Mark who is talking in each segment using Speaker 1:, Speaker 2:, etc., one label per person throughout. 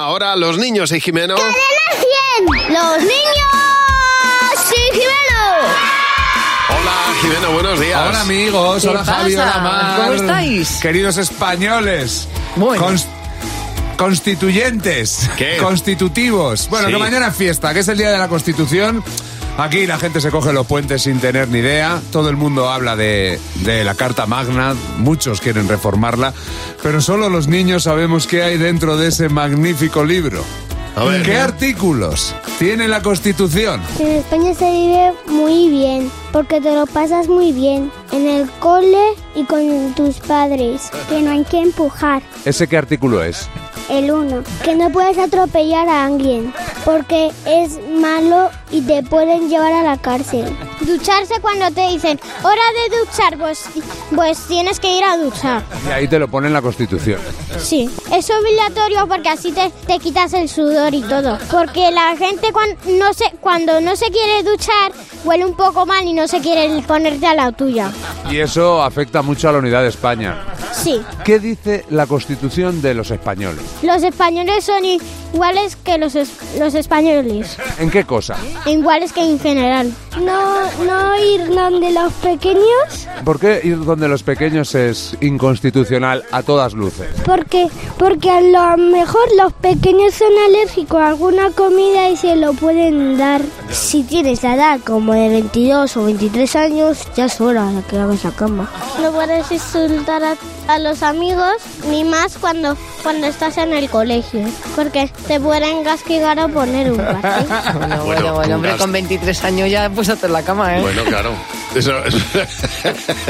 Speaker 1: Ahora los niños y Jimeno.
Speaker 2: ¡Los niños! ¡Sí,
Speaker 1: Hola Jimeno, buenos días.
Speaker 3: Hola amigos,
Speaker 4: ¿Qué
Speaker 3: hola Javi,
Speaker 4: pasa?
Speaker 3: hola Mar.
Speaker 4: ¿Cómo estáis?
Speaker 3: Queridos españoles.
Speaker 4: Bueno.
Speaker 3: cons- constituyentes.
Speaker 1: ¿Qué?
Speaker 3: Constitutivos. Bueno,
Speaker 1: Sí.
Speaker 3: que mañana es fiesta, que es el día de la Constitución. Aquí la gente se coge los puentes sin tener ni idea. Todo el mundo habla de, de la Carta Magna. Muchos quieren reformarla. Pero solo los niños sabemos qué hay dentro de ese magnífico libro.
Speaker 1: A ver.
Speaker 3: ¿Qué artículos tiene la Constitución?
Speaker 2: En España se vive muy bien, porque te lo pasas muy bien. En el cole y con tus padres. Que no hay que empujar.
Speaker 3: ¿Ese qué artículo es?
Speaker 2: El uno. Que no puedes atropellar a alguien, porque es malo y te pueden llevar a la cárcel. Ducharse cuando te dicen, hora de duchar, pues, pues tienes que ir a duchar.
Speaker 3: Y ahí te lo pone en la Constitución.
Speaker 2: Sí, es obligatorio porque así te, te quitas el sudor y todo. Porque la gente cuan- no se, cuando no se quiere duchar huele un poco mal y no se quiere ponerte a la tuya.
Speaker 3: Y eso afecta mucho a la unidad de España.
Speaker 2: Sí,
Speaker 3: ¿Qué dice la Constitución de los españoles?
Speaker 2: los españoles son i- iguales que los, es- los españoles.
Speaker 3: ¿En qué cosa?
Speaker 2: Iguales que en general. No, no ir donde los pequeños
Speaker 3: ¿Por qué ir donde los pequeños es inconstitucional a todas luces?
Speaker 2: Porque, porque a lo mejor los pequeños son alérgicos a alguna comida y se lo pueden dar. Si tienes la edad como de 22 o 23 años, ya es hora de que hagas la cama. No puedes insultar a, a los amigos, ni más cuando, cuando estás en el colegio, porque te pueden castigar o poner un partido.
Speaker 1: Bueno,
Speaker 4: Bueno, bueno,
Speaker 1: un
Speaker 4: bueno, hombre,
Speaker 1: gasto.
Speaker 4: con 23 años ya puedes hacer la cama, ¿eh?
Speaker 1: Bueno, claro. Eso es...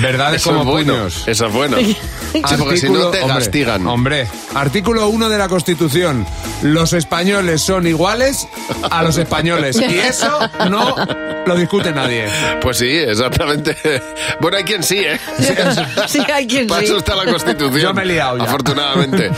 Speaker 3: Verdades
Speaker 1: Eso
Speaker 3: como
Speaker 1: es bueno.
Speaker 3: puños.
Speaker 1: Eso es bueno. Sí, Ah, porque si no te
Speaker 3: hombre,
Speaker 1: castigan.
Speaker 3: Hombre, artículo 1 de la Constitución. Los españoles son iguales a los españoles. Y eso no lo discute nadie.
Speaker 1: Pues sí, exactamente. Bueno, hay quien sí, ¿eh?
Speaker 4: Sí, hay quien
Speaker 1: Para
Speaker 4: sí.
Speaker 1: eso está la Constitución.
Speaker 3: Yo me he liado ya.
Speaker 1: Afortunadamente.